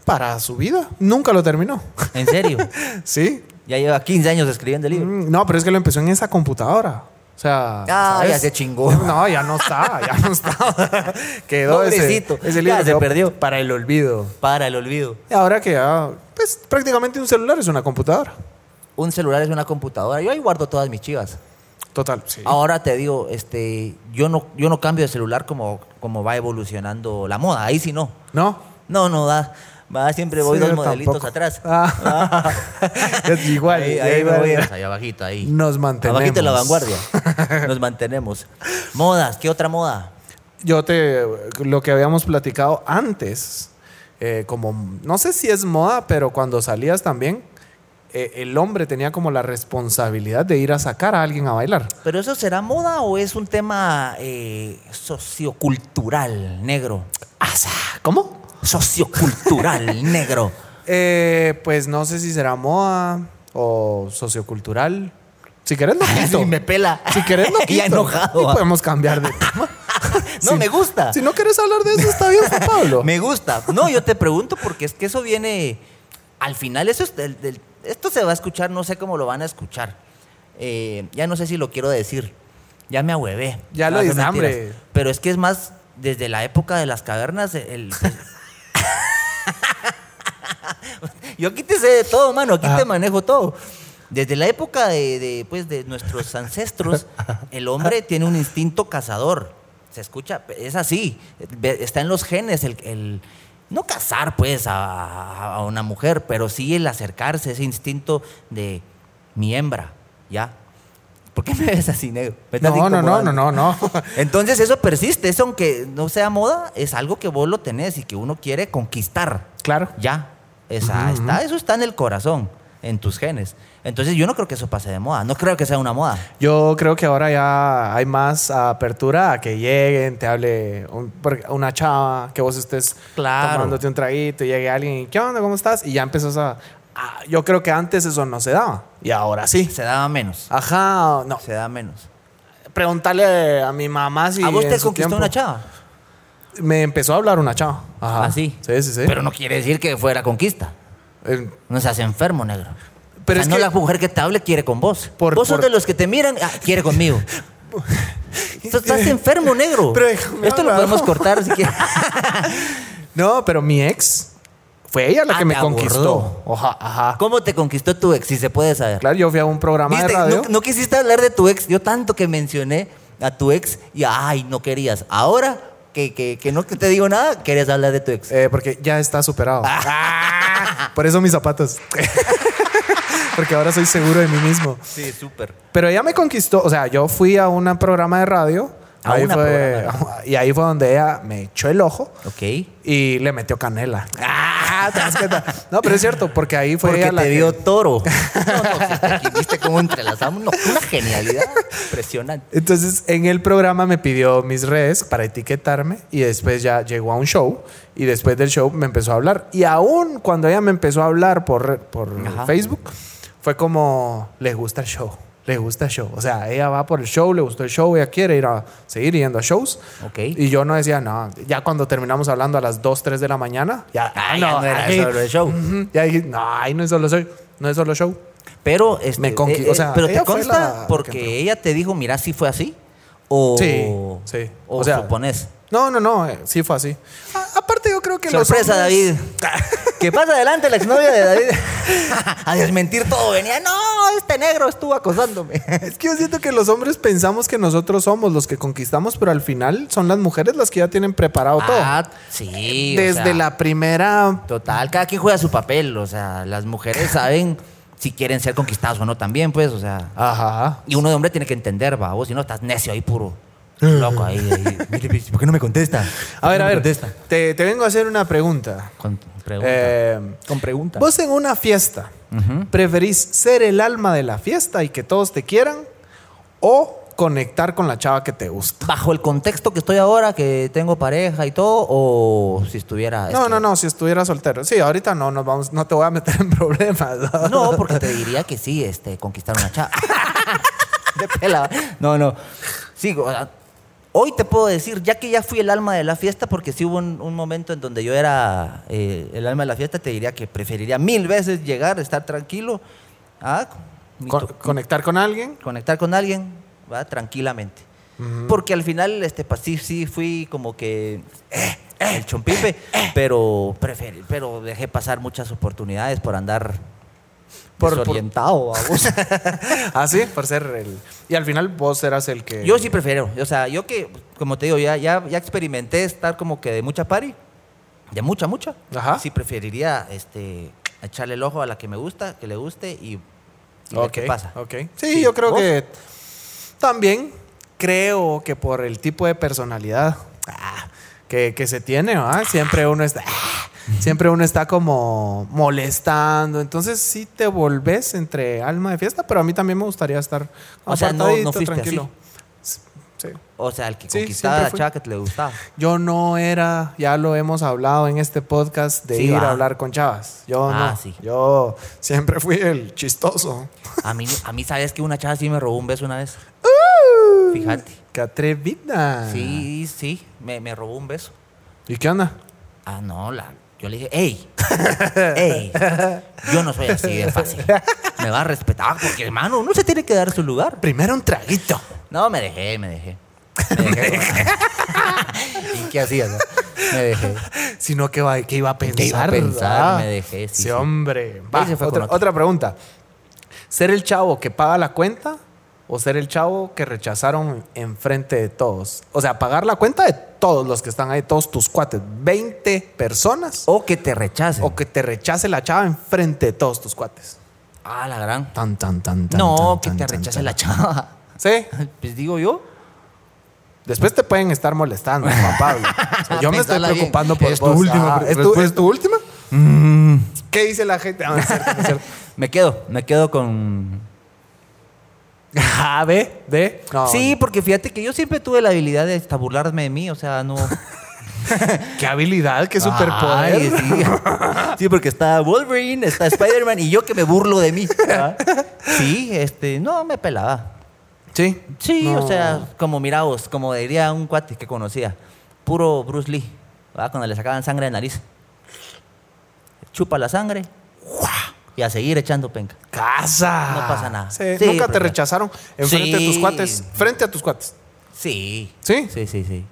para su vida. Nunca lo terminó.
¿En serio?
Sí.
ya lleva 15 años escribiendo el libro.
Mm, No, pero es que lo empezó en esa computadora. O sea,
Ah, ya se chingó.
No, ya no está, ya no está. quedó ese,
Pobrecito,
ese
ya
libro
se
quedó
perdió.
para el olvido.
Para el olvido.
Y ahora que ya, pues prácticamente un celular es una computadora.
Un celular es una computadora. Yo ahí guardo todas mis chivas.
Total, sí.
Ahora te digo, este, yo no, yo no cambio de celular como, como va evolucionando la moda. Ahí sí no.
¿No?
No, no da. Va, siempre voy
Sí,
dos
yo
modelitos
tampoco.
atrás.
Ah. Es igual.
Ahí,
ya
ahí me
iba-
voy, ahí abajito, ahí.
Nos mantenemos.
Abajito de la vanguardia. Nos mantenemos. Modas, ¿qué otra moda?
Yo te. Lo que habíamos platicado antes, eh, como. No sé si es moda, pero cuando salías también, eh, el hombre tenía como la responsabilidad de ir a sacar a alguien a bailar.
¿Pero eso será moda o es un tema eh, sociocultural, negro?
¿Cómo?
Sociocultural, negro.
Eh, pues no sé si será moda o sociocultural. Si querés, no quito.
Y me pela.
Si querés, no
Ya
quito.
enojado,
Y
va.
podemos cambiar de tema.
No, me gusta.
Si no quieres hablar de eso, está bien, Juan Pablo.
Me gusta. No, yo te pregunto porque es que eso viene. Al final, eso es del- del- esto se va a escuchar, no sé cómo lo van a escuchar. Eh, ya no sé si lo quiero decir. Ya me ahuevé. Ah,
Ya lo
No, son
dices,
mentiras.
hombre.
Pero es que es más, desde la época de las cavernas, el. yo aquí te sé de todo, mano. Aquí te manejo todo. Desde la época de, de, pues, de nuestros ancestros, el hombre tiene un instinto cazador. Se escucha, es así. Ve- Está en los genes el, el- no cazar, pues, a, a una mujer, pero sí el acercarse, ese instinto de mi hembra, ¿ya? ¿Por qué me ves así, negro? Me estás
No, no, no,
incomodando.
no, no, no.
Entonces eso persiste, eso aunque no sea moda, es algo que vos lo tenés y que uno quiere conquistar.
Claro.
Ya, esa,
Ujú,
está, eso está en el corazón, en tus genes. Entonces yo no creo que eso pase de moda, no creo que sea una moda.
Yo creo que ahora ya hay más apertura a que lleguen, te hable un- por- una chava, que vos estés
Claro.
tomándote un traguito y llegue alguien, ¿qué onda? ¿Cómo estás? Y ya empezás a, a- Yo creo que antes eso no se daba y ahora sí.
Se daba menos,
Ajá, no.
se daba menos.
Preguntarle a mi mamá si...
¿A vos
en
te
su
conquistó
tiempo-
una chava?
Me empezó a hablar una chava. Ajá.
Así.
Sí, sí, sí.
Pero no quiere decir que fuera conquista.
Eh,
No seas enfermo, negro. Pero
Pero es
no
que-
la mujer que te hable quiere con vos.
Por-
vos sos
por-
de los que te miran, ah, quiere conmigo. Esto- Estás enfermo, negro.
Pero déjame
Esto lo
hablar.
podemos cortar si quieres.
no, pero mi ex fue ella la
Ah,
que me
te abordó.
conquistó. Ajá, ajá.
¿Cómo te conquistó tu ex? Si se puede saber.
Claro, yo fui a un programa
¿Viste?
de radio.
No, no quisiste hablar de tu ex. Yo tanto que mencioné a tu ex y ay, no querías. Ahora que, que, que no te digo nada, querías hablar de tu ex.
Eh, porque ya está superado.
Ah.
Por eso mis zapatos. porque ahora soy seguro de mí mismo.
Sí, súper.
Pero ella me conquistó. O sea, yo fui a un programa de radio.
A
ahí
una
fue- y ahí fue donde ella me echó el ojo
Ok.
y le metió canela.
Ah,
¿Te das cuenta? No, pero es cierto, porque ahí fue
Porque
ella la
te
que-
dio toro. No, no, si te aquí viste cómo entrelazamos. No, una genialidad impresionante.
Entonces, en el programa me pidió mis redes para etiquetarme y después ya llegó a un show y después del show me empezó a hablar. Y aún cuando ella me empezó a hablar por, re- por
Ajá.
Facebook, fue como, le gusta el show, le gusta el show. O sea, ella va por el show, le gustó el show, ella quiere ir a seguir yendo a shows.
Ok.
Y yo no decía, no, ya cuando terminamos hablando a las 2, 3 de la mañana, ya,
Ah, ya no era
ahí-
solo el show.
Ujú, ya dije, no, ahí no es solo show, no es solo show.
Pero, este,
Me conqui- o sea,
pero te
ella fue la-
consta
la que entró.
porque ella te dijo, mira, si fue así. O,
Sí, sí.
o,
O sea,
supones.
No, no, no, eh, sí fue así. A- aparte yo creo que los
Sorpresa, David.
hombres-
¿Qué pasa adelante la exnovia de David? a desmentir todo. Venía, no, este negro estuvo acosándome.
Es que yo siento que los hombres pensamos que nosotros somos los que conquistamos, pero al final son las mujeres las que ya tienen preparado
Ah,
todo.
sí. o
Desde
sea,
la primera.
Total, cada quien juega su papel. O sea, las mujeres saben si quieren ser conquistadas o no también, pues, o sea.
Ajá.
Y uno de hombre tiene que entender, va. Vos, si no, estás necio ahí puro. Loco ahí. ahí. Eh. Mire, pues, ¿Por qué no me contesta?
A
¿Por
ver, a
qué
ver.
no me contesta?
Te, te vengo a hacer una pregunta.
Con pregunta.
Eh,
Con pregunta.
Vos en una fiesta, ¿preferís ser el alma de la fiesta y que todos te quieran o conectar con la chava que te gusta?
Bajo el contexto que estoy ahora, que tengo pareja y todo, o si estuviera.
No,
este,
no, no, si estuviera soltero. Sí, ahorita no, nos vamos, no te voy a meter en problemas.
No, porque te diría que sí, este, conquistar una chava. De pela. No, no. Sí, o sea, hoy te puedo decir, ya que ya fui el alma de la fiesta, porque sí hubo un, un momento en donde yo era eh, el alma de la fiesta, te diría que preferiría mil veces llegar, estar tranquilo, a mi
Con-
to-
conectar con alguien.
conectar con alguien, ¿va? tranquilamente. Porque al final, este, pa- sí, sí fui como que eh, el
eh.
chompipe, pero, prefer- pero dejé pasar muchas oportunidades por andar
Por- por-
desorientado, babos.
Ah, sí, por ser el. Y al final vos eras el que.
Yo sí prefiero. O sea, yo que, como te digo, ya, ya, ya experimenté estar como que de mucha party, de mucha, mucha.
Ajá.
Sí preferiría este, echarle el ojo a la que me gusta, que le guste y, y ver
Ok,
qué pasa.
ok. Sí, yo creo
¿Vos?
que también creo que por el tipo de personalidad ah, que, que se tiene, ¿va? siempre uno está ah, siempre uno está como molestando, entonces sí te volvés entre alma de fiesta, pero a mí también me gustaría estar
O sea, no- no
apartadito,
fuiste
tranquilo. Sí.
O sea, el que
Sí,
conquistaba a
siempre
la
fui.
chava que te le gustaba.
Yo no era, ya lo hemos hablado en este podcast de
Sí,
ir
va.
a hablar con chavas. Yo
Ah,
no,
sí.
yo siempre fui el chistoso.
A mí, a mí sabes que una chava sí me robó un beso una vez.
¡Uh!
Fíjate.
Qué atrevida.
Sí, sí, me, me robó un beso.
¿Y qué onda?
Ah, no, la, yo le dije, hey, hey, yo no soy así de fácil. Me va a respetar Ah, porque, hermano, uno se tiene que dar su lugar.
Primero un traguito.
No, me dejé, me dejé. Me dejé. ¿Y qué hacía? no? Me dejé.
Sino que, va- que iba a pensar.
Que iba a pensar,
¿verdad?
me dejé, sí, sí.
hombre. Va,
se fue con
otra,
otro.
otra pregunta. ¿Ser el chavo que paga la cuenta o ser el chavo que rechazaron enfrente de todos? O sea, pagar la cuenta de todos los que están ahí, todos tus cuates, 20 personas. O,
O que te rechacen.
que te rechace la chava enfrente de todos tus cuates.
Ah, la gran.
Tan, tan, tan, tan.
No,
tan,
que
tan,
te
tan,
rechace
tan.
la chava.
Sí,
Pues digo yo.
Después te pueden estar molestando, Juan Pablo. O sea, yo me estoy
Pensala bien.
preocupando por
Es tu
vos.
última
Ah,
pre-
¿es, tu, es tu última? ¿Qué dice la gente? Ah, no es cierto, no es cierto.
Me quedo, me quedo con.
Ah, ve, ve. No,
sí, porque fíjate que yo siempre tuve la habilidad de hasta burlarme de mí, o sea, no.
Qué habilidad, qué superpoder.
Ay, sí. Sí, porque está Wolverine, está Spider-Man y yo que me burlo de mí. ¿verdad? Sí, este, no, me pelaba.
Sí.
Sí,
No.
o sea, como miraos, como diría un cuate que conocía, puro Bruce Lee, ¿verdad? cuando le sacaban sangre de nariz. Chupa la sangre ¡guau! y a seguir echando penca.
Casa.
No pasa nada.
Sí,
Sí,
Nunca te
pero-
rechazaron enfrente de tus
Sí.
cuates. Frente a tus cuates.
Sí.
¿Sí?
Sí, sí, sí.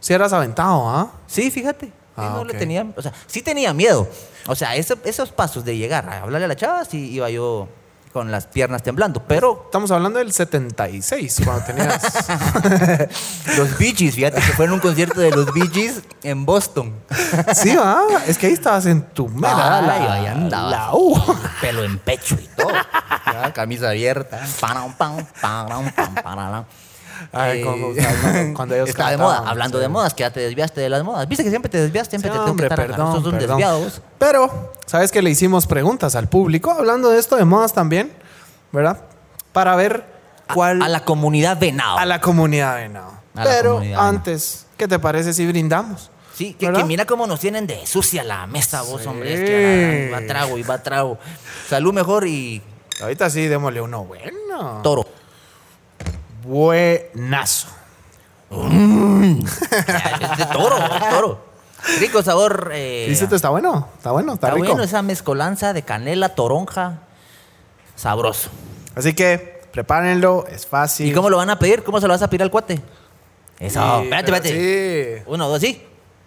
Si eras aventado, ¿ah?
Sí, fíjate. Sí,
Ah,
no
ok.
le tenía, o sea, sí tenía miedo. O sea, eso- esos pasos de llegar a hablarle a la chava, sí iba yo con las piernas temblando. Pero
Estamos hablando del 76, cuando tenías.
los Bee Gees, fíjate que fue en un concierto de los Bee Gees en Boston.
sí, ¿ah? Es que ahí estabas en tu mera.
Ah,
la,
yo ahí andaba.
la U.
Pelo en pecho y todo. Ya, Camisa abierta. Param, pam, param, pam, pararam.
Ay,
Eh,
cómo- cuando- cuando ellos
Está de
cantaban,
moda. Hablando
sí.
de modas, que ya te desviaste de las modas. Viste que siempre te desviaste, siempre
Sí,
te tengo
hombre,
que estar
perdón,
Sos un
perdón.
desviado, vos.
Pero, ¿sabes que le hicimos preguntas al público? Hablando de esto de modas también, ¿verdad? Para ver
A-
cuál...
A, la comunidad venado.
a la comunidad de Henao.
A la
Pero
comunidad de Henao.
antes, ¿qué te parece si brindamos?
Sí, que,
¿Verdad?
que mira cómo nos tienen de sucia la mesa, vos,
Sí.
hombre. Es que a la gran- va trago y va trago. Salud mejor y
Ahorita sí, démosle uno bueno.
toro.
Buenazo.
Este toro, es toro. Rico sabor. eh,
Dice, ¿está bueno? ¿Está bueno? ¿Está,
está
rico?
bueno esa mezcolanza de canela, toronja. Sabroso.
Así que, prepárenlo, es fácil.
¿Y cómo lo van a pedir? ¿Cómo se lo vas a pedir al cuate? Eso.
Sí,
espérate,
pero
espérate.
Sí.
Uno, dos, sí.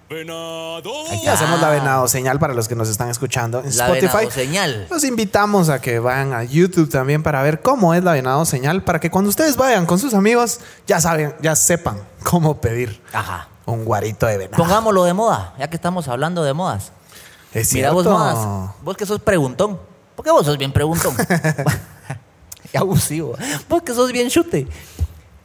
venado,
Ahí
Y hacemos la
Ah.
venado señal para los que nos están escuchando en
La
Spotify.
Venado Señal.
Los invitamos a que vayan a YouTube también para ver cómo es la venado señal, para que cuando ustedes vayan con sus amigos ya saben, ya sepan cómo pedir
Ajá.
un guarito de venado.
Pongámoslo de moda, ya que estamos hablando de modas.
es
Mira vos
cierto.
más, vos que sos preguntón. ¿Por qué vos sos bien preguntón? Qué abusivo. Vos que sos bien chute.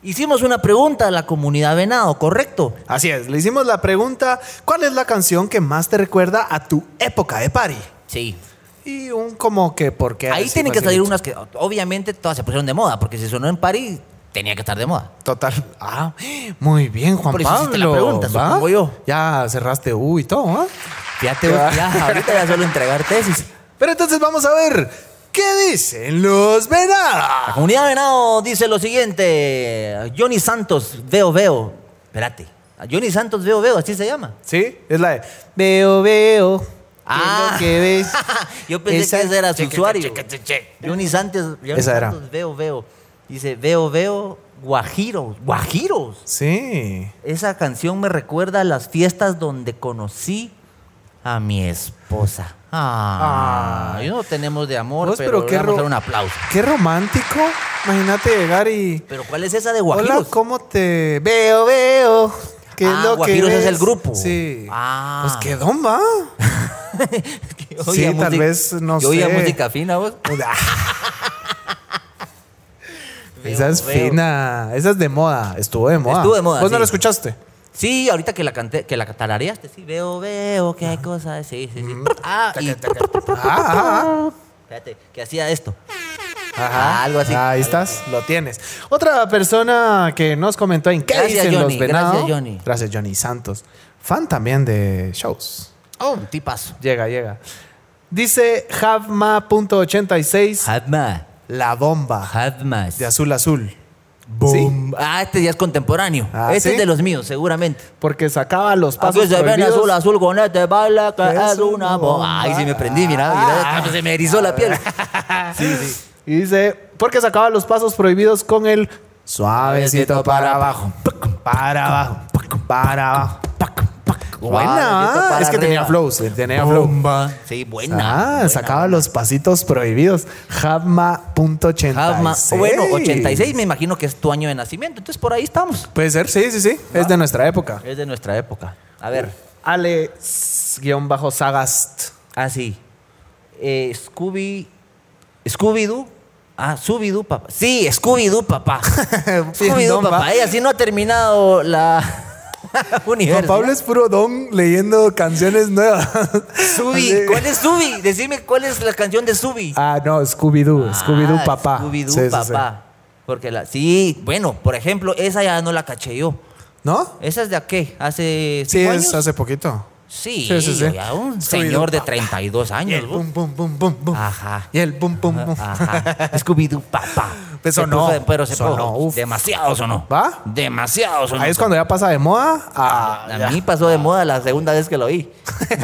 Hicimos una pregunta a la comunidad Venado, ¿correcto?
Así es, le hicimos la pregunta, ¿cuál es la canción que más te recuerda a tu época de party?
Sí.
Y un como que por qué.
Ahí
así
tienen que salir
facilito.
unas que, obviamente, todas se pusieron de moda, porque si sonó en París, tenía que estar de moda.
Total. Ah, muy bien, Juan
Por eso
Pablo.
hiciste la pregunta,
¿va?
supongo yo.
Ya cerraste U y todo, ¿ah?
Fíjate, vos, ya, ahorita ya solo entregar tesis.
Pero entonces vamos a ver qué dicen los
La
venados.
comunidad Venado dice lo siguiente: Johnny Santos, veo, veo. Espérate. Johnny Santos, veo, veo, así se llama.
Sí, es la de veo, veo.
Ah.
¿Qué que ves?
Yo pensé
Esa-
que ese era su
Chequete,
usuario.
chequete, chequete.
Johnny Santos, Johnny
Esa era.
Santos, veo, veo. Dice, veo, veo, guajiros, guajiros.
Sí.
Esa canción me recuerda a las fiestas donde conocí a mi esposa. Ah,
Ay.
yo no tenemos de amor,
Vos,
pero,
pero qué
le vamos a dar
ro-
un aplauso.
Qué romántico. Imagínate llegar y.
Pero ¿cuál es esa de
Hola,
Guajiros?
¿cómo te veo? Veo. ¿Qué es
Ah,
lo que
Guajiros es
ves?
el grupo.
Sí.
Ah.
Pues qué don va.
Yo oía
Sí, tal
música-
vez, no
Yo oía
sé.
música fina, vos.
Esa es
Veo, veo.
fina. Esa es de moda. Estuvo de moda.
Estuvo de moda,
¿Vos no
sí.
la escuchaste?
Sí, ahorita que la canté, que la tarareaste, sí, veo, veo, qué cosa, sí, sí, sí.
Mm.
Ah, y
Ah,
espérate, que hacía esto.
ah, ajá.
Algo así.
Ahí estás, lo tienes. Otra persona que nos comentó en qué
Gracias,
dicen
Johnny,
los venados.
gracias, Johnny.
Gracias, Johnny Santos. Fan también de shows.
Oh, un tipazo.
Llega, llega. Dice Javma.86,
Hadma,
la bomba
Hadma.
de azul azul.
Boom. Ah, este ya es contemporáneo.
Ah,
este
¿sí?
es de los míos, seguramente.
Porque sacaba los
Aquí
pasos
Ah, pues, se ven
prohibidos.
azul, azul, con este baila, que
Es
es una
una
bomba. Ay, sí me prendí, mira,
Ah.
mira, se me erizó la piel.
Sí, sí. Y dice, porque sacaba los pasos prohibidos con el suavecito para abajo, para abajo, para abajo. Buena,
Suavecito
¿ah?
para
es que tenía
arriba.
flow, sí, tenía flow.
Bomba. Sí, buena.
Ah,
buena,
sacaba
buena.
los pasitos prohibidos. Javma.86.
Javma. Ah, Bueno, 86 me imagino que es tu año de nacimiento, entonces por ahí estamos.
Puede ser, sí, sí, sí. Es de nuestra época.
Es de nuestra época. A ver,
Alex-Sagast.
así. ah, Eh, Scooby. Scooby-Doo. Ah, Scooby-Doo, papá. Sí, Scooby-Doo, papá. Scooby-Doo,
Don, va.
papá. Ella sí no ha terminado la
Don
universidad.
Pablo es puro don leyendo canciones nuevas.
Subi.
Así.
¿Cuál es Subi? Decime cuál es la canción de Subi.
Ah, no, Scooby-Doo, Scooby-Doo
Ah,
papá.
Scooby-Doo,
Sí, sí, sí.
papá. Porque la. Sí, bueno, por ejemplo, esa ya no la caché yo.
¿No?
¿Esa es de a qué? ¿Hace
Sí,
cinco
es
años?
hace poquito.
Sí,
Sí, sí, sí.
yo ya un
Scooby-Doo,
señor de
papá.
32
Y
años.
el
vos.
pum, pum, pum, pum, pum.
Ajá.
Y el pum, pum, pum.
Ajá. Scooby-Doo, papá.
Pues
Se
sonó,
puso de- pero se
sonó,
puso
uf.
demasiado sonó.
¿Va?
Demasiado sonó.
Ahí es cuando Ah, ya pasa de moda a...
A mí pasó de moda la segunda vez que lo oí.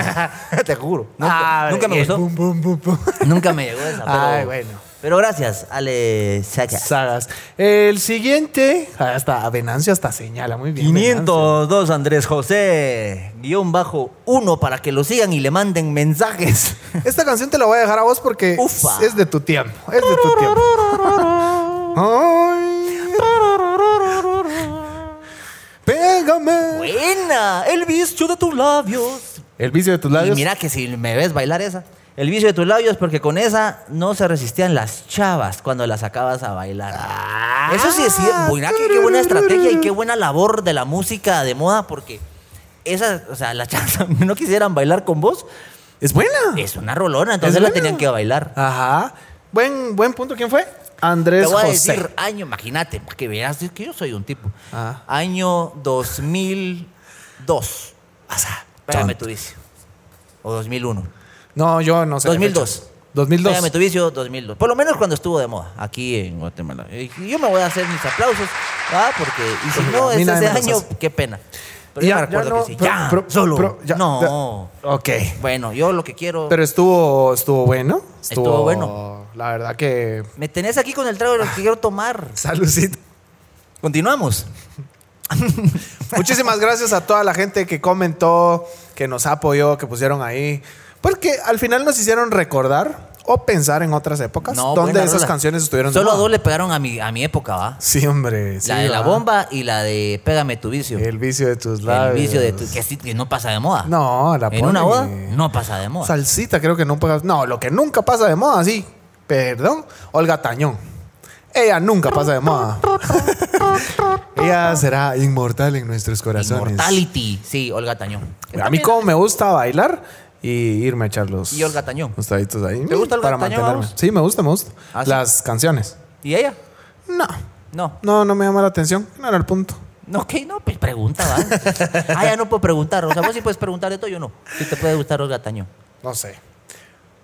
Te juro. Nunca,
Ah,
nunca me
el
gustó.
Pum, pum, pum, pum.
Nunca me llegó esa. Pero,
Ay, bueno.
Pero gracias, Ale Saca.
Sagas. El siguiente... Ah, Hasta Venancio hasta señala, muy bien. Venancio.
502 Andrés José, guión bajo uno para que lo sigan y le manden mensajes.
Esta canción te la voy a dejar a vos porque
Ufa.
es de tu tiempo. Es de tu tiempo. Ay. Pégame.
Buena, el vicio de tus labios.
El vicio de tus
Y
labios.
mira que si me ves bailar esa. El vicio de tus labios, porque con esa no se resistían las chavas cuando las sacabas a bailar.
Ah.
Eso sí es cierto. Buena, qué, qué buena estrategia y qué buena labor de la música de moda, porque esas, o sea, las chavas no quisieran bailar con vos.
Es buena.
Es una rolona, entonces la
buena.
tenían que bailar.
Ajá. Buen, buen punto. ¿Quién fue? Andrés
Te voy a
José.
decir año, imagínate, para que veas es que yo soy un tipo.
Ah.
Año 2002. Pégame tu vicio. O 2001.
No, yo no sé.
2002.
2002.
Pégame tu vicio, 2002. Por lo menos cuando estuvo de moda, aquí en Guatemala. Y Yo me voy a hacer mis aplausos, ¿ah? Porque, y si
Porque
no,
a mí
es
nadie
ese
me los
año,
hace.
qué pena. Pero yo me recuerdo que sí.
pro-
ya,
pro-
solo.
pro- ya,
no.
ya. Ok.
Bueno, yo lo que quiero.
Pero estuvo, estuvo bueno.
Estuvo bueno.
La verdad que.
me tenés aquí con el trago de lo que quiero tomar.
Saludcita.
Continuamos.
Muchísimas gracias a toda la gente que comentó, que nos apoyó, que pusieron ahí. Porque al final nos hicieron recordar o pensar en otras épocas donde
buena
esas
rola.
canciones estuvieron de
Solo
moda.
dos le pegaron a mi, a mi época, ¿va?
Sí, hombre. sí,
la de la
¿verdad?
bomba y la de Pégame tu vicio. El,
El vicio de tus labios.
vicio de tu. Que, sí, que no pasa de moda.
No, la
En una boda
ponen y-
no pasa de moda.
Salsita, creo que no pagas. No, lo que nunca pasa de moda, sí. Perdón, Olga Tañón. Ella nunca pasa de moda. Ella será inmortal en nuestros corazones.
Immortality. Sí, Olga Tañón. Que
A mí
también-
como me gusta bailar y irme a echar los...
Y Olga Tañón.
los taditos ahí.
¿Te gusta Olga
Para
Tañón,
mantenerme.
vamos?
Sí, me gusta, me gusta.
¿Ah, sí?
Las canciones.
¿Y ella?
No,
No.
no, no me llama la atención. No era el punto.
No, ok, no, pues pregunta, ¿va? ah, ya no puedo preguntar. O sea, vos sí puedes preguntar de todo, yo no. Si te puede gustar Olga Tañón.
No sé.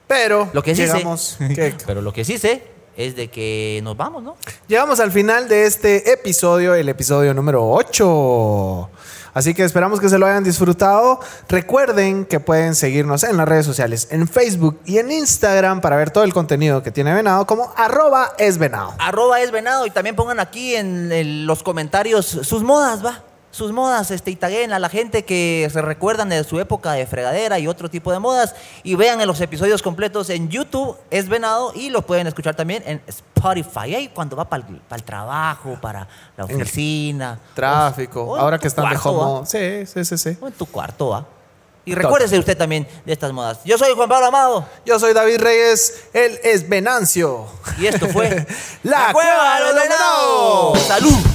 Pero
Lo que sí
llegamos...
sé.
que-
Pero lo que sí sé es de que nos vamos, ¿no?
Llegamos al final de este episodio, el episodio número 8. Así que esperamos que se lo hayan disfrutado. Recuerden que pueden seguirnos en las redes sociales, en Facebook y en Instagram para ver todo el contenido que tiene Venado como arroba es Venado.
Arroba es venado y también pongan aquí en, el- los comentarios sus modas, ¿va? sus modas, este, y taguen a la gente que se recuerdan de su época de fregadera y otro tipo de modas. Y vean en los episodios completos en YouTube, es Venado, y los pueden escuchar también en Spotify. Ahí cuando va para el trabajo, para la
En el
oficina.
Tráfico.
o en
Ahora
tu
que están de
cuarto,
home.
¿va?
office. Sí, sí, sí, sí.
O en tu cuarto, ¿va? Y recuérdese usted también de estas modas. Yo soy Juan Pablo Amado,
Yo soy David Reyes, él es Venancio.
y esto fue...
La Cueva de los Venados.
¡Salud!